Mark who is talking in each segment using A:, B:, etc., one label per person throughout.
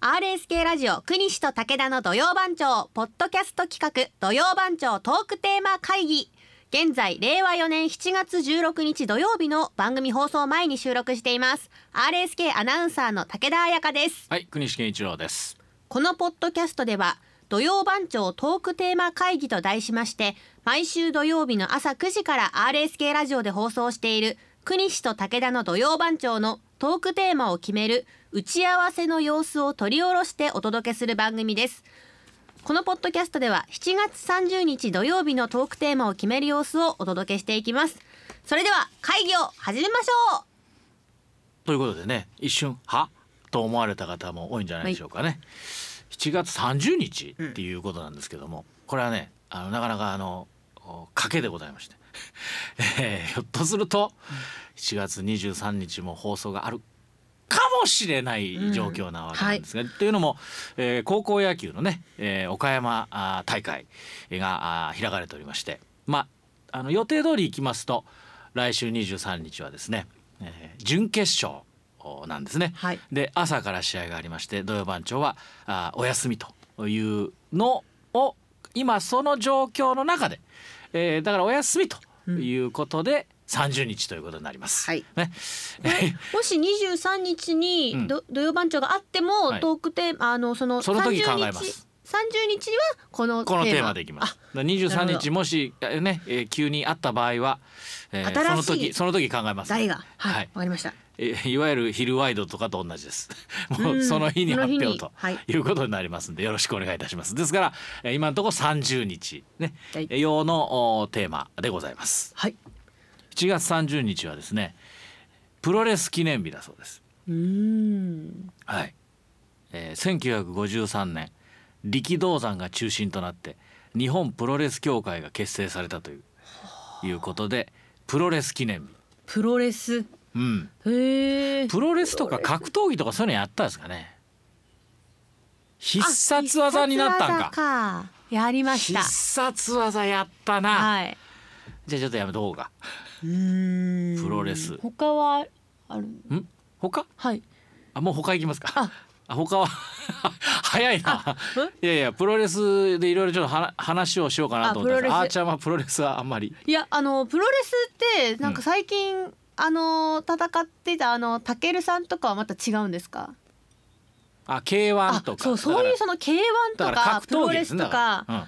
A: RSK ラジオ国西と武田の土曜番長ポッドキャスト企画土曜番長トークテーマ会議現在令和4年7月16日土曜日の番組放送前に収録しています RSK アナウンサーの武田彩香です
B: はい、国西健一郎です。
A: このポッドキャストでは土曜番長トークテーマ会議と題しまして毎週土曜日の朝9時から RSK ラジオで放送している国西と武田の土曜番長のトークテーマを決める打ち合わせの様子を取り下ろしてお届けする番組ですこのポッドキャストでは7月30日土曜日のトークテーマを決める様子をお届けしていきますそれでは会議を始めましょう
B: ということでね、一瞬はと思われた方も多いんじゃないでしょうかね。7月30日っていうことなんですけども、これはね、あのなかなかあのお賭けでございまして、 えーひょっとすると7月23日も放送がある。かもしれない状況なわけなんですが、というのも、えー高校野球のね、えー岡山あー大会があー開かれておりまして、まあ、あの予定通り行きますと来週23日はですね、えー準決勝なんですね。
A: はい
B: で朝から試合がありまして土曜番長はあーお休みというのを今その状況の中で、えーだからお休みということで、30日ということになります。
A: はい
B: ね、
A: もし23日
B: う
A: に
B: ん
A: ど、土曜番長があっても、
B: はい
A: トークテーマあのその
B: その
A: 30
B: 時
A: 日
B: 考えます
A: 30日にはこのテー
B: こ
A: マ
B: のテーマでいきます。二十三
A: なるほ
B: 日
A: ど
B: もしえね、えー急にあった場合は、えー
A: 新しい
B: その時その時考えます。
A: 誰がはいわ、
B: はい。
A: かりました
B: えいわゆる昼ワイドとかと同じです。も
A: う
B: うんその日に
A: その
B: 発
A: 日に
B: 表と
A: はい
B: いうことになりますんでよろしくお願いいたします。ですからえー今のところ三十日ね、
A: はい
B: えー用のおテーマでございます。
A: はい
B: 7月30日はですね、プロレス記念日だそうです。
A: うーん
B: はい、えー、1953年力道山が中心となって日本プロレス協会が結成されたといういうことでプロレス記念日、
A: プロレス
B: うん、
A: へえ
B: プロレスとか格闘技とかそういうのやったんですかね必殺技になったんか
A: やりました
B: 必殺技やったな、
A: はい
B: じゃあちょっとやめとこうか
A: うーん
B: プロレス
A: 他はある
B: ん他
A: はい
B: あもう他いきますか
A: あ
B: あ他は 早いな。いやいやプロレスでいろいろちょっとは話をしようかなと思ったんで
A: あプ
B: す
A: ロレス
B: あーちゃんはプロレスはあんまり。
A: いやあのプロレスってなんか最近、あの戦ってたあのタケルさんとかはまた違うんですか
B: あ K1 とか。
A: そうそういうその K1 とか
B: だからだから格
A: プロ
B: 闘技
A: レ
B: です
A: ス
B: ね
A: と
B: だ
A: か、
B: らうん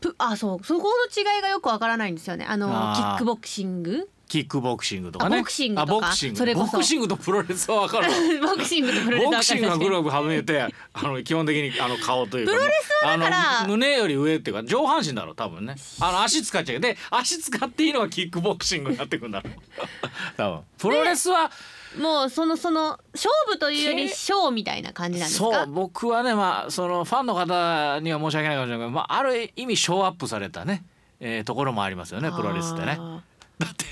A: プあそうそこの違いがよくわからないんですよねあの
B: あー
A: キックボクシング
B: キックボクシングとか
A: あ
B: ね。
A: ボクシングとか
B: あボクシング
A: それこそ
B: ボクシングとプロレスは分かるわ。
A: ボクシング とプロレスは
B: ボク
A: 分か
B: シン
A: り
B: グ
A: ま
B: は
A: す
B: グローブはめてあの基本的にあの顔というか
A: プロレスはだから
B: あの胸より上っていうか上半身だろう多分ねあの足使っちゃうで足使っていいのがキックボクシングになってくるんだろう多分プロレスは
A: もうそのその勝負というより
B: け
A: ショーみたいな感じなんです
B: そ
A: か
B: う僕はねまあそのファンの方には申し訳ないかもしれないけど、まあ、ある意味ショーアップされたね、えーところもありますよねプロレスってね。
A: あ
B: だって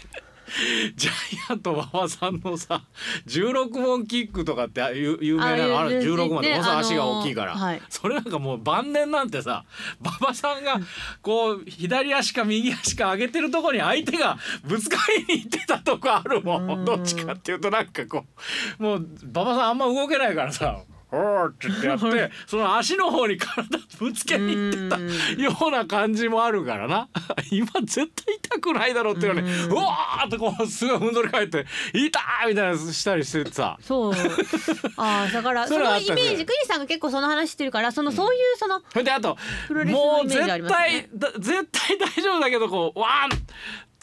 B: ジャイアント馬場さんのさ16本キックとかってあ有有名なのあ
A: あ有
B: る
A: 名
B: 16本で
A: ねあ
B: ものすごい
A: のー
B: 足が大きいから、
A: はい
B: それなんかもう晩年なんてさ馬場さんがこう左足か右足か上げてるとこに相手がぶつかりに行ってたとこあるもん
A: うん
B: どっちかっていうとなんかこうもう馬場さんあんま動けないからさ。おーって言っ てやってその足の方に体ぶつけに行ってた
A: うん
B: ような感じもあるからな 今絶対痛くないだろうっていうのに
A: うん
B: うわーってこうすごいふんぞり返って「痛ー!」みたいなのしたりしてさ
A: そうあーだからそ
B: それは
A: の
B: あっ
A: イ
B: た
A: メ
B: んですよ
A: ージ国西さんが結構その話してるからそのそういうその、
B: それであと
A: プロレス
B: も
A: のイ
B: う
A: メ
B: 絶
A: ージありますね
B: 対だ絶対大丈夫だけどこうワンツ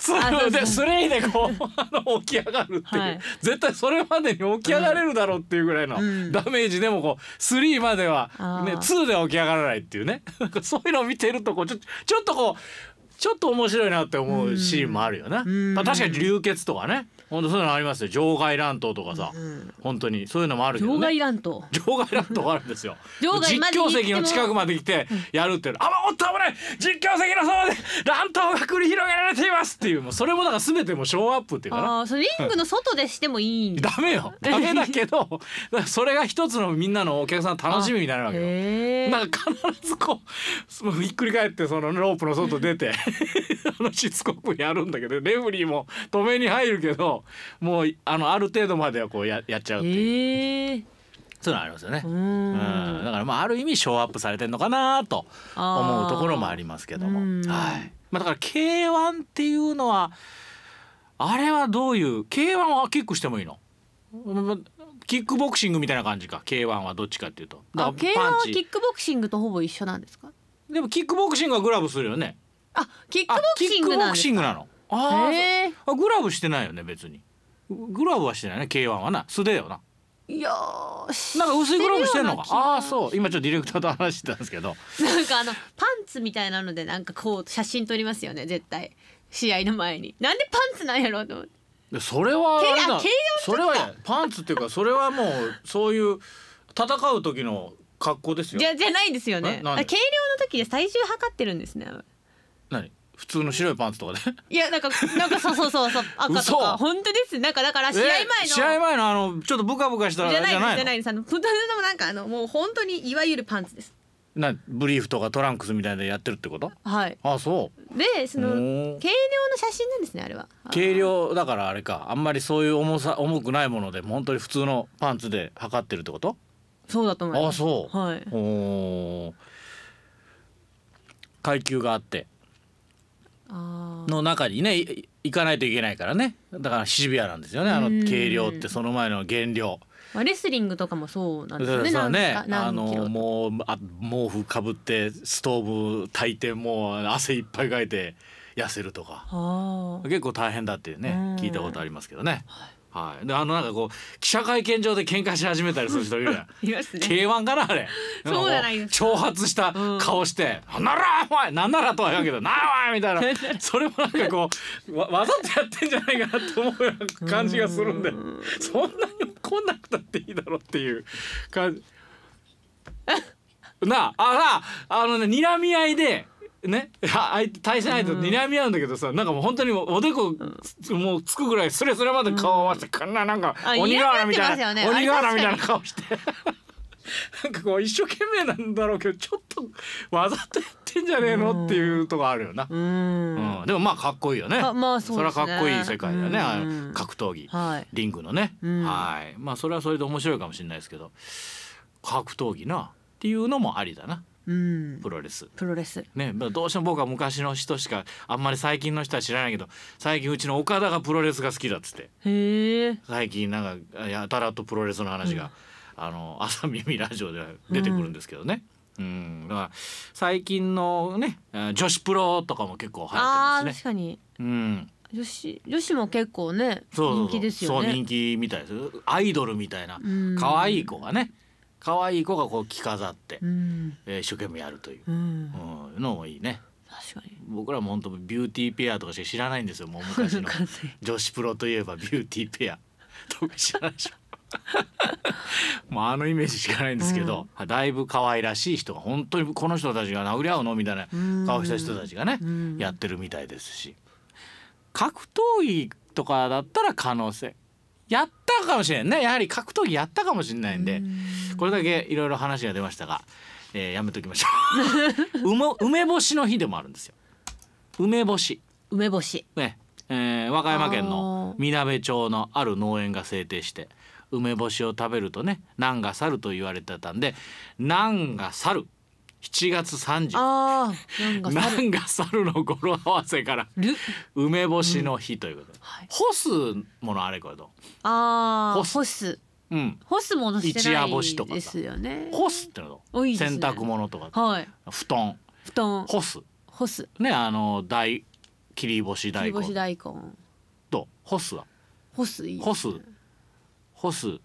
A: あそうそう
B: ーでスリーでこう あの起き上がるっていう、
A: はい
B: 絶対それまでに起き上がれるだろうっていうぐらいの
A: うん
B: ダメージでもこうスリーまでは
A: あ、
B: ね
A: ー、
B: ツーでは起き上がらないっていうね なんかそういうのを見てるとこうちょちょっとこうちょっと面白いなって思うシーンもあるよね。
A: うん
B: まあ確かに流血とかね本当そういうのありますよ場外乱闘とかさ、
A: うん
B: 本当にそういうのもあるけど
A: 場外。
B: ね
A: 乱闘
B: 場外乱闘があるんですよ
A: 場外まで行
B: 実
A: っても
B: 況席の近くまで来てやるっていうのあまおっと危ない実況席のそばで乱闘が繰り広げられていますっていうもうそれもだから全てもうショーアップっていうかな
A: ああーそれリングの外でしてもいいんだ
B: ダメ よダメだけどだからそれが一つのみんなのお客さんの楽しみになるわけよ。
A: へー
B: なんか必ずこうそのひっくり返ってそのロープの外出て あのしつこくやるんだけどレフェリーも止めに入るけどもうあのある程度まではこうややっちゃうっていう
A: へえ
B: そういうのありますよね
A: う。
B: うんん、だからまあある意味ショーアップされてるのかなと思うところもありますけども
A: あーう、ん
B: はいまあ、だから K1 っていうのはあれはどういう K1 はキックしてもいいのキックボクシングみたいな感じか K1 はどっちかっていうと
A: あ
B: だか
A: 慶
B: ら
A: 応
B: パン
A: はキ
B: チ
A: ックボクシングとほぼ一緒なんですか
B: でもキックボクシングはグラブするよね
A: あキックボ
B: あ
A: クシング
B: キック
A: なん
B: ボク
A: で
B: シ
A: す
B: ン
A: か
B: グなのあー
A: へー
B: あグラブしてないよね別にグラブはしてないね K1 はな素手よない
A: やー
B: なんか薄いグラブしてんのか
A: 知ってるような気が
B: ああーそう今ちょっとディレクターと話してたんですけど
A: なんかあのパンツみたいなのでなんかこう写真撮りますよね絶対試合の前になんでパンツなんやろうと思って
B: でそれはあれだ
A: けい
B: それはパンツっていうかそれはもうそういう戦う時の格好ですよ
A: じゃじゃないですよね
B: えなんで
A: あ計量の時で体重測ってるんですね
B: 何普通の白いパンツとかで
A: いやなんかなんかそうそうそう そう赤と
B: 嘘
A: か本当ですなんかだから試合前の
B: え試合前のあのちょっとブカブカした
A: じゃないですじゃない
B: い
A: ですあの普通のなんかあのもう本当にいわゆるパンツです
B: のなブリーフとかトランクスみたいなのやってるってこと
A: はい
B: あそう
A: でその
B: お
A: 軽量
B: ー
A: の写真なんですねあれは
B: 軽量だからあれかあんまりそういう重さ重くないもので本当に普通のパンツで測ってるってこと
A: そうだと思い
B: あ
A: ます
B: そう、
A: はい
B: おー階級があって
A: あー
B: の中にねい行かないといけないからねだからシビアなんですよねあの
A: うん
B: 軽量ってその前の減量
A: まあレスリングとかもそうなん
B: だ
A: です
B: か
A: よ
B: ら
A: ね
B: さ
A: な
B: ね
A: んか
B: あ
A: 何キロ
B: のもうあ毛布かぶってストーブ炊いてもう汗いっぱいかいて痩せるとか
A: あー
B: 結構大変だっていうね
A: うん
B: 聞いたことありますけどね。はい、であのなんかこう記者会見場で喧嘩し始めたりする人いるじゃん
A: いますね
B: K1 かなあれ
A: そうじゃないですか
B: んかこう挑発した顔して「なんならお前なんなら」とは言わんけど「なあお前」みたいな それもなんかこうわわざとやってんじゃないかなと思うような感じがするんでそんなに怒んなくたっていいだろうっていう感じ。 なああああのね睨み合いでねあ相手対戦相手と睨み合うんだけどさ、なんかもう本当にもうおでこ、もうつくぐらいスレスレまで顔を合わせて、こんななんか
A: あ
B: 鬼瓦みたい
A: 嫌
B: な、
A: がってますよね
B: 鬼瓦
A: あれ確かに
B: みたいな顔してなんかこう一生懸命なんだろうけどちょっとわざとやってんじゃねえのっていうとこあるよな、
A: う
B: うんんでもまあかっこいいよね
A: あまあそうですね
B: れはかっこいい世界だよねあの
A: うん
B: 格闘技、
A: はい
B: リングのね、
A: うん
B: はいまあそれはそれで面白いかもしれないですけど格闘技なっていうのもありだな
A: うん
B: プロレス。
A: プロレス
B: ね、まあどうしても僕は昔の人しかあんまり最近の人は知らないけど最近うちの岡田がプロレスが好きだっつって
A: へえ
B: 最近なんかやたらとプロレスの話が、あの朝耳ラジオでは出てくるんですけどね、うんだから最近のねえー女子プロとかも結構流行
A: あ
B: って
A: ー
B: ま
A: 確。
B: すね
A: かに
B: うん
A: 女子女子も結構ね
B: そ
A: 人
B: うそうそう
A: 気ですよ
B: そう
A: ね
B: 人気みたいですアイドルみたいな
A: うん
B: 可愛い子がね可愛い子がこう着飾って、
A: うん
B: えー一生懸命やるという、
A: うん
B: うん、のもいいね
A: 確かに
B: 僕らも本当ビューティーペアとかしか知らないんですよもう昔 の女子プロといえばビューティーペアとか知らないでしょもうあのイメージしかないんですけど、だいぶ可愛らしい人が本当にこの人たちが殴り合うのみたいな顔した人たちがね、
A: うん
B: やってるみたいですし格闘技とかだったら可能性やったかもしれんねやはり格闘技やったかもしれないんで、これだけいろいろ話が出ましたが、えーやめときましょう うも梅干しの日でもあるんですよ梅干し
A: 梅干し
B: ね、えー和歌山県の
A: あー
B: みなべ町のある農園が制定して梅干しを食べるとね難が去ると言われてたんで難が去る7月30
A: ああなんか猿
B: 難が去るの語呂合わせから
A: る
B: 梅干しの日ということで、
A: はい
B: 干すものあれこれと、
A: ああ
B: 干す
A: 干す
B: うん、
A: 干すものして
B: 一
A: な
B: 夜干しと
A: い
B: かさ
A: ですよね
B: 干すってのと、
A: おいいです
B: 洗
A: ね
B: 濯物とか
A: はい
B: 布団
A: 布団
B: 干す
A: 干す
B: ねあの大切り干
A: 切
B: し大
A: り干し
B: 根
A: 大根
B: と干すは
A: 干すいい
B: 干す干す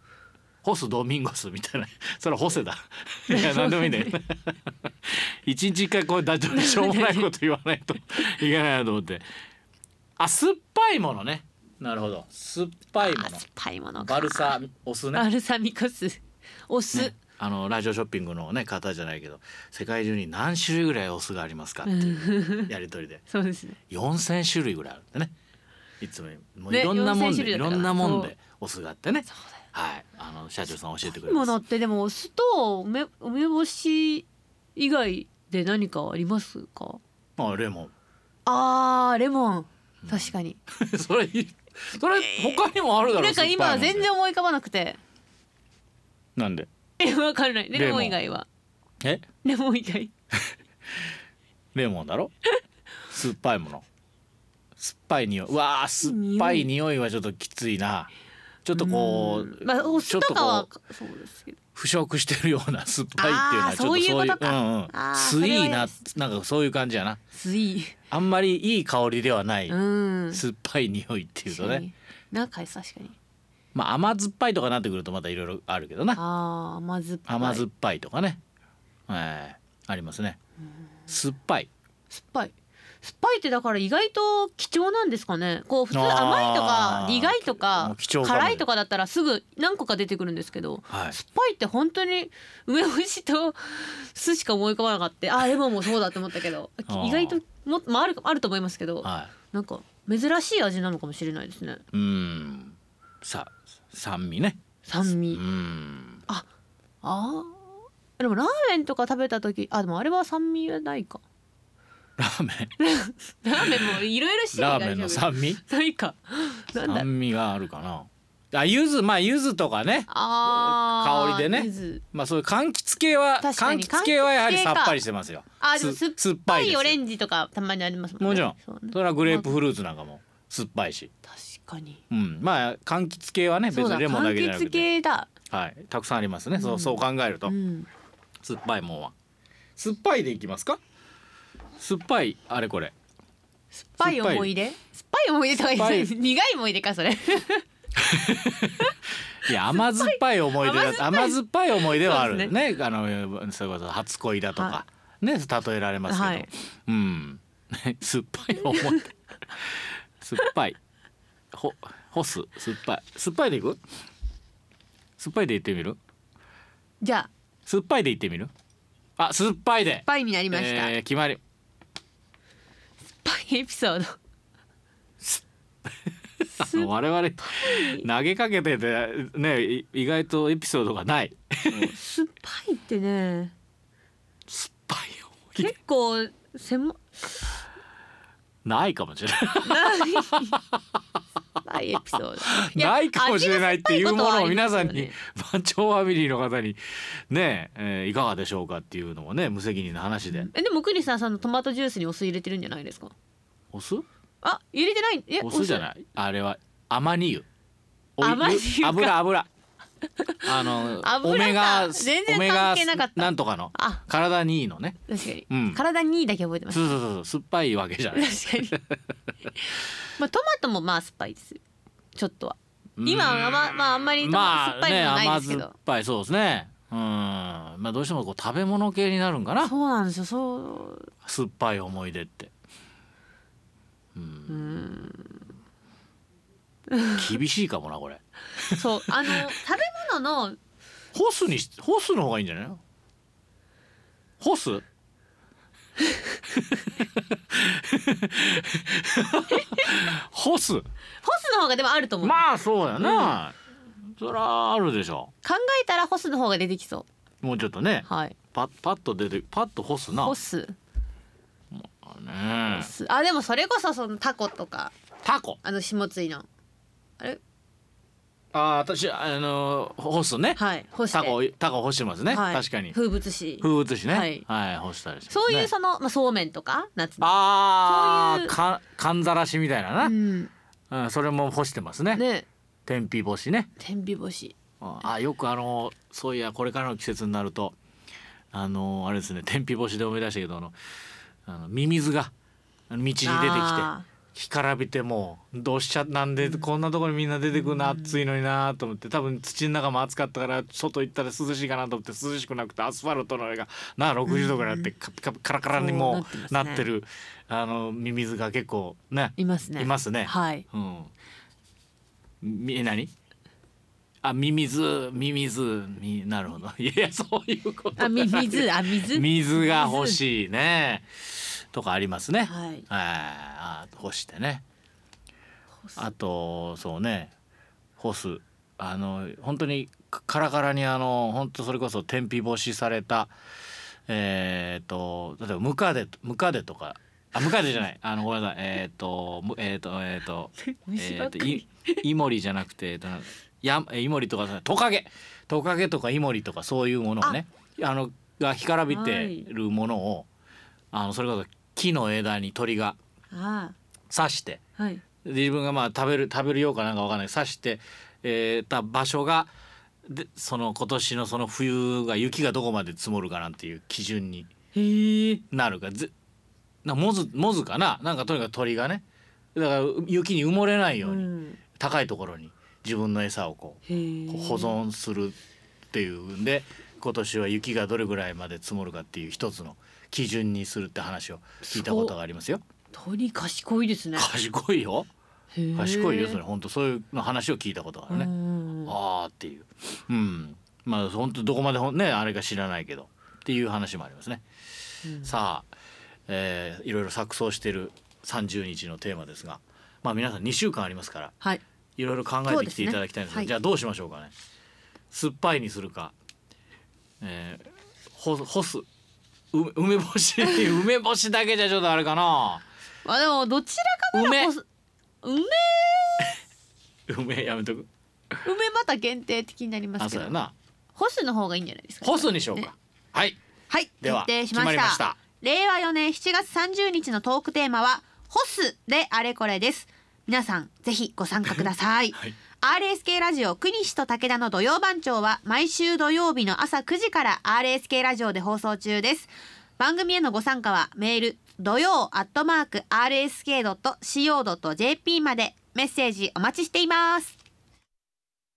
B: 干すドミンゴスみたいなそれは干 せだいや何でもいいんだよ 一日一回こうだちょっとしょうもないこと言わな いといけないなと思ってあ酸っぱいものねなるほど酸っぱいも
A: あ酸っぱいもの
B: の
A: か
B: バルサお酢ね
A: バルサミコ酢お酢、
B: ねあのラジオショッピングのね方じゃないけど世界中に何種類ぐらいお酢がありますかって いうやり取りで
A: そうですね
B: 4,000種類ぐらいあるんでねいつももうい
A: ね
B: ろんなもん
A: 4000種
B: で、
A: 類
B: い
A: だ
B: ろ
A: から
B: んなもん
A: そ
B: で
A: う
B: お酢があってね
A: そうだよ
B: はいあの社長さん教えて
A: い
B: く
A: い
B: れ
A: も
B: ます
A: のってでもお酢と梅梅干し以外で何かありますか
B: まあレモン
A: あーレモン確かに、
B: それいいそれ他にもあるだろう
A: なんか今
B: 酸っぱいもで
A: 全然思い浮かばなくて
B: なんで
A: えわかんないで
B: レモ
A: レモ
B: ン
A: ン以外は
B: え
A: レモン以外
B: レモ ンだろ酸っぱいもの酸っぱい匂いうわあ酸っぱい匂いはちょっときついなちょっとこう、
A: まあお酢
B: ちょ
A: と
B: っと
A: かは
B: こ
A: そうですけど
B: う腐食してるような酸っぱいっていうのはちょっとそういう
A: あーそういうことか
B: うんうん
A: あー、そ
B: スイ
A: れは
B: ー
A: 嫌
B: な
A: です
B: なんかそういう感じやな
A: スイ
B: あんまりいい香りではない、
A: うん
B: 酸っぱい匂いっていうとね
A: なんか確かに
B: まあ甘酸っぱいとかなってくるとまたいろいろあるけどな
A: あー甘酸っぱい
B: 甘酸っぱいとかね、えーありますね酸っぱい
A: 酸っぱい酸っぱいってだから意外と貴重なんですかねこう普通
B: あー
A: 甘いとか苦いと
B: もう
A: か
B: 貴重かも
A: 辛いとかだったらすぐ何個か出てくるんですけど、
B: は
A: 酸っ
B: い
A: ぱいって本当に 梅干しと 酢しか思い浮かばなかったあーレモンもそうだと思ったけど
B: あー
A: 意外とも、まあ、あるあると思いますけど
B: は
A: なんか珍しい味なのかもしれないですね
B: いうんさ酸味ね
A: 酸
B: う
A: 味、
B: ん
A: あーでもラーメンとか食べた時あでもあれは酸味はないか
B: ラー メン
A: ラーメンもいろいろ種
B: ラ
A: 類
B: ーメ
A: が
B: ン
A: あ
B: の
A: る
B: 酸味
A: ないかなんだ
B: 酸味があるかなあ柚子まあ柚子とかね
A: あー
B: 香りでね
A: 柚子
B: まあそういう柑橘系は
A: 確か
B: 柑
A: に
B: 橘系はやはり
A: 柑橘
B: さ
A: 系
B: っ
A: か
B: ぱりしてますよ
A: あーでも
B: す
A: 酸っぱい
B: ですよ
A: オレンジとかたまにありますもんね
B: もちろん
A: そうね
B: それはグレープフルーツなんかも酸っぱいし
A: 確かに
B: うんまあ柑橘系はね別
A: そうだ
B: にレモンだけじゃな
A: 柑
B: く
A: 橘
B: て
A: 系だ
B: はいたくさんありますねそうそう考えると
A: うん
B: 酸っぱいもんは酸っぱいでいきますか酸っぱいあれこれ
A: 酸っぱい思い出酸っぱい思い出とか言って
B: 酸
A: 苦い思い出かそれ
B: いや甘酸っぱい思い出だと甘酸っぱい思い出はある
A: そう
B: ねあのそういうこと初恋だとか、
A: は
B: ね例えられますけど、
A: はい
B: うん 酸っぱい思い出酸っぱいほ干す酸っぱい酸っぱいでいく酸っぱいで言ってみる
A: じゃあ酸っ
B: 酸っぱいで言ってみるあ酸っぱいで
A: ぱいになりました
B: えー決まり
A: 酸っぱいエピソード
B: あの我々投げかけててねい意外とエピソードがない
A: 酸っぱいってね
B: 酸っぱい思い
A: 結構狭
B: 出 ないかもしれない
A: ない酸っぱいエピソードや
B: ないかもしれないっていうものを皆さん
A: 味
B: に
A: が
B: 番長ファミリーの方にねええーいかがでしょうかっていうのをね無責任な話で、
A: えでもクリスさんそのトマトジュースにお酢入れてるんじゃないですか
B: お酢
A: あ入れてないえ
B: お酢じゃ
A: い
B: ないあれはアマニ油お
A: アマニ油か
B: 油油あの
A: 油か
B: オメガ
A: 全然
B: オメガ
A: 関係なかった
B: なんとかの
A: あ
B: 体にいいのね
A: 確かに、
B: うん
A: 体にいいだけ覚えてます
B: そうそうそうそう酸っぱいわけじゃない
A: 確かに まあトマトもまあ酸っぱいですよちょっとは今はまあまああんまりトマト酸っぱいものないですけ
B: ね、
A: ど、
B: 甘酸っぱいそうですねうんまあどうしてもこう食べ物系になるんかな
A: そうなんですよそう
B: 酸っぱい思い出ってうん厳しいかもなこれ
A: そうあ の食べ物の
B: ホスにしホスの方がいいんじゃないホスホス
A: ホスの方がでもあると思う、
B: まあそうやな、そりゃあるでしょ
A: 考えたらホスの方が出てきそう
B: もうちょっとね
A: はい
B: パパッと出てパッとホスな
A: ホス
B: ねえ
A: すあでもそれこそそのタコとか
B: タコ
A: あの下津井のあれ
B: ああ私あのホスね、
A: はい干して
B: タコタコ干してますね、
A: はい
B: 確かに
A: 風物詩
B: 風物詩ね、は
A: はいい、
B: 干したりして、ね。
A: そういうその、まあ、そうめんとか夏の
B: あ
A: そうい
B: あ、
A: う
B: か、かんざらしみたいなな、
A: う
B: うん
A: ん
B: それも干してますね。
A: ね
B: 天日干しね。
A: 天日干し
B: あー、よくあの、そういや、これからの季節になると。あの、あれですね、天日干しで思い出したけど、あの。あのミミズが。道に出てきて。
A: あ
B: 干からびてもうどうしちゃなんでこんなところにみんな出てくるな暑いのになと思って多分土の中も暑かったから外行ったら涼しいかなと思って涼しくなくてアスファルトの上がな60度ぐらいあってカピカピカラカラにも
A: そう
B: う
A: な
B: な
A: っ
B: ってて
A: ます
B: るあのミミズが結構ね
A: ーいますね
B: いますね
A: はい
B: うんみ何あミミズミミズみなるほど いやいやそういうことじゃ
A: あ
B: ない
A: み 水あ水
B: 水が欲しいねとかありますね。
A: はい
B: ああ干してね。あとそうね干すあの本当にかカラカラにあの本当それこそ天日干しされたえっ、と例えばムカデムカデとかあムカデじゃないあのごめんなさいえっ、とむえっ、とえっ、と え
A: 虫ば
B: ー
A: っか
B: と
A: り
B: いイモリじゃなくてえーとなんやえイモリとかじゃないトカゲトカゲとかイモリとかそういうものをねあのが干からびてるものを、あのそれこそ木の枝に鳥が
A: あ
B: 刺して
A: あはい
B: で自分がまあ食べる食べるようかなんかわかんない刺して、えーた場所がでその今年のその冬が雪がどこまで積もるかなんていう基準に
A: へえ
B: なるかぜなモズモズかななんかとにかく鳥がねだから雪に埋もれないように、
A: ん、
B: 高いところに自分の餌をこ
A: へえ
B: う保存するっていうんで今年は雪がどれぐらいまで積もるかっていう一つの基準にするって話を聞いたことがありますよ。
A: 鳥賢いですね
B: 賢いよ
A: へえ
B: 賢いよそれ本当そういうの話を聞いたことがあるね。
A: うん
B: ああっていう、うん、まあ本当どこまでほんねあれか知らないけどっていう話もありますね。
A: うん
B: さあ、えーいろいろ錯綜している30日のテーマですが、まあ皆さん2週間ありますから
A: はい
B: いろいろ考えてきていただきたいんですが
A: そうですねはい
B: じゃあどうしましょうかね。酸っぱいにするか、えー、ほ干すう梅干し 梅干しだけじゃちょっとあれかな。
A: あでもどちらかなら
B: 梅
A: こそ梅
B: 梅やめとく。
A: 梅また限定的になりま
B: あ
A: すけ
B: そうや
A: ど
B: な。
A: ホスの方がいいんじゃないですか
B: 干すにしようか。はい。
A: はい
B: では
A: 決定しま
B: 決ま
A: し
B: り
A: た
B: ました
A: 令和4年7月30日のトークテーマはホスであれこれです皆さんぜひご参加ください、
B: はい
A: RSK ラジオ国西と武田の土曜番長は毎週土曜日の朝9時から RSK ラジオで放送中です番組へのご参加はメール土曜アットマーク RSK.CO.JP までメッセージお待ちしています